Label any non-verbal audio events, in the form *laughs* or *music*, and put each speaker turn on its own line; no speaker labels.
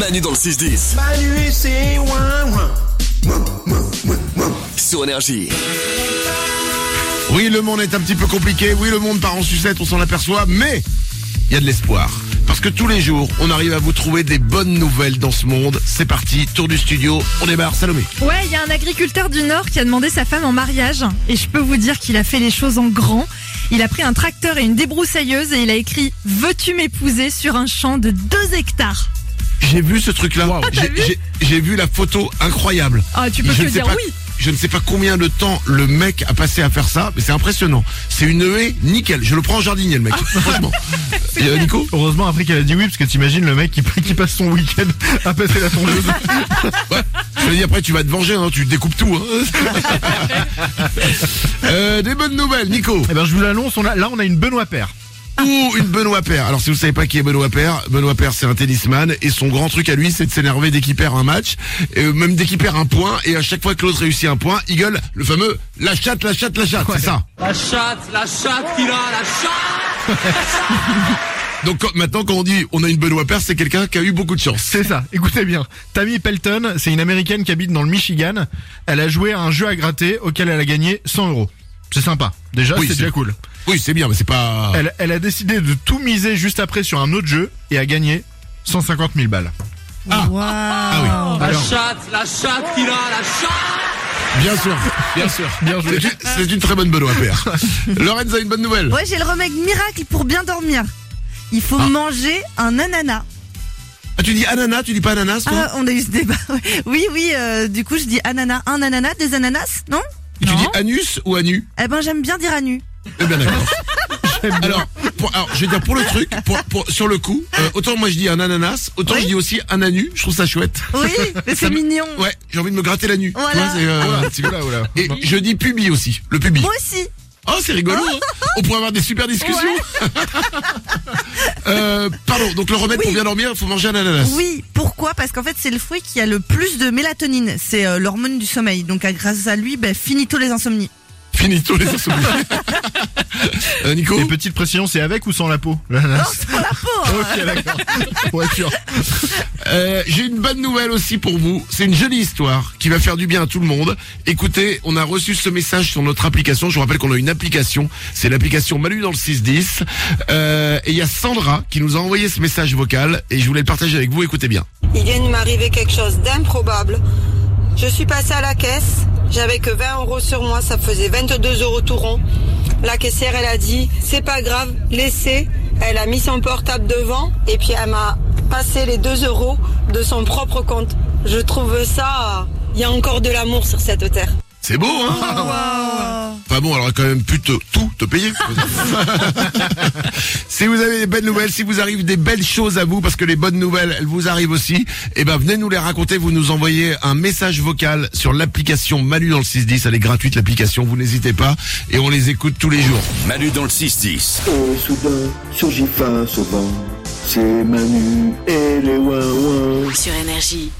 Manu dans le 6-10.
Manu, c'est ouin, ouin.
Sur Énergie.
Oui, le monde est un petit peu compliqué. Oui, le monde part en sucette, on s'en aperçoit. Mais il y a de l'espoir. Parce que tous les jours, on arrive à vous trouver des bonnes nouvelles dans ce monde. C'est parti, tour du studio. On démarre, Salomé.
Ouais, il y a un agriculteur du Nord qui a demandé sa femme en mariage. Et je peux vous dire qu'il a fait les choses en grand. Il a pris un tracteur et une débroussailleuse et il a écrit Veux-tu m'épouser sur un champ de 2 hectares
J'ai vu ce truc-là. J'ai-
t'as vu
j'ai- J'ai vu la photo incroyable.
Ah, tu peux
Je
que
ne sais
dire
pas-
oui.
Je ne sais pas combien de temps le mec a passé à faire ça, mais c'est impressionnant. C'est une haie nickel. Je le prends en jardinier, le mec.
Ah. *laughs*
*laughs* Franchement. Et, euh, Nico
Heureusement après qu'elle a dit oui parce que t'imagines le mec qui, *laughs* qui passe son week-end à passer la *laughs* tondeuse.
Ouais. Je te dis après tu vas te venger, hein, tu découpes
*laughs*
tout. hein. *laughs* Euh, des bonnes nouvelles, Nico.
Eh ben je vous l'annonce, on a, là on a une Benoît Père.
Ou une Benoît Paire. Alors si vous savez pas qui est Benoît Paire, Benoît Paire c'est un tennisman et son grand truc à lui c'est de s'énerver dès qu'il perd un match, et euh, même dès qu'il perd un point et à chaque fois que l'autre réussit un point, il gueule le fameux la chatte, la chatte, la chatte, c'est ça.
La chatte, la chatte qu'il a, la chatte
*laughs* Donc quand- maintenant quand on dit on a une Benoît Paire, c'est quelqu'un qui a eu beaucoup de chance.
C'est ça, écoutez bien. Tammy Pelton, c'est une américaine qui habite dans le Michigan. Elle a joué à un jeu à gratter auquel elle a gagné 100 euros. C'est sympa. Déjà,
Oui,
c'est
c'est-
déjà cool.
Oui c'est bien mais c'est pas...
Elle, elle a décidé de tout miser juste après sur un autre jeu et a gagné 150 000 balles.
Ah
Oh,
oui,
La
Alors-
chatte, la chatte qu'il a, la chatte
bien sûr, bien *laughs* sûr.
Bien joué.
C'est une- C'est une très bonne Benoît Paire. Lorenz a une bonne nouvelle.
Ouais, j'ai le remède miracle pour bien dormir. Il faut manger un ananas.
Ah, tu dis ananas, tu dis pas ananas toi
Ah, on a eu ce débat. *laughs* ouais. Oui, oui, euh, du coup, je dis ananas. Un ananas, des ananas, non
Et Tu
Non.
dis anus ou anu
Eh ben, j'aime bien dire anu.
Eh bien
*laughs*
d'accord. Alors, pour- alors, je vais dire pour le truc, pour, pour- sur le coup, euh, autant moi je dis un ananas, autant je dis aussi un anu, je trouve ça
*laughs*
chouette. *laughs*
Oui, mais c'est mignon.
Ouais, j'ai envie de me gratter la nuit.
Voilà.
Tu vois, c'est, euh,
Voilà, c'est- voilà, voilà.
Et je dis pubi aussi, le pubi.
Moi aussi.
Oh, c'est rigolo, hein. on pourrait avoir des super discussions. *laughs* Euh, pardon, donc le remède pour bien dormir, il faut manger un ananas.
Oui, pourquoi Parce qu'en fait, c'est le fruit qui a le plus de mélatonine. C'est euh, l'hormone du sommeil. Donc, euh, grâce à lui, ben, finito les insomnies.
Finito
*laughs*
les insoumis. Euh, Nico
Et petite précision, c'est avec ou sans la peau *laughs* l'ananas Ok, d'accord. Pour être sûr.
Euh, j'ai une bonne nouvelle aussi pour vous. C'est une jolie histoire qui va faire du bien à tout le monde. Écoutez, on a reçu ce message sur notre application. Je vous rappelle qu'on a une application. C'est l'application Malu dans le 610. Euh, et il y a Sandra qui nous a envoyé ce message vocal et je voulais le partager avec vous. Écoutez bien.
Il vient de m'arriver quelque chose d'improbable. Je suis passée à la caisse, j'avais que 20 euros sur moi, ça faisait 22 euros tout rond. La caissière, elle a dit, c'est pas grave, laissez. Elle a mis son portable devant et puis elle m'a passé les 2 euros de son propre compte. Je trouve ça, il y a encore de l'amour sur cette terre.
C'est beau, hein Enfin bon, elle aurait quand même pu te- tout te payer. si vous avez des belles nouvelles, si vous arrive des belles choses à vous, parce que les bonnes nouvelles, elles vous arrivent aussi, eh ben venez nous les raconter, vous nous envoyez un message vocal sur l'application Manu dans le 610, elle est gratuite l'application, vous n'hésitez pas, et on les écoute tous les jours.
Manu dans le 6-10.
Et soudain, surgit face au vent. C'est Manu et les ouin ouin.
Sur Énergie.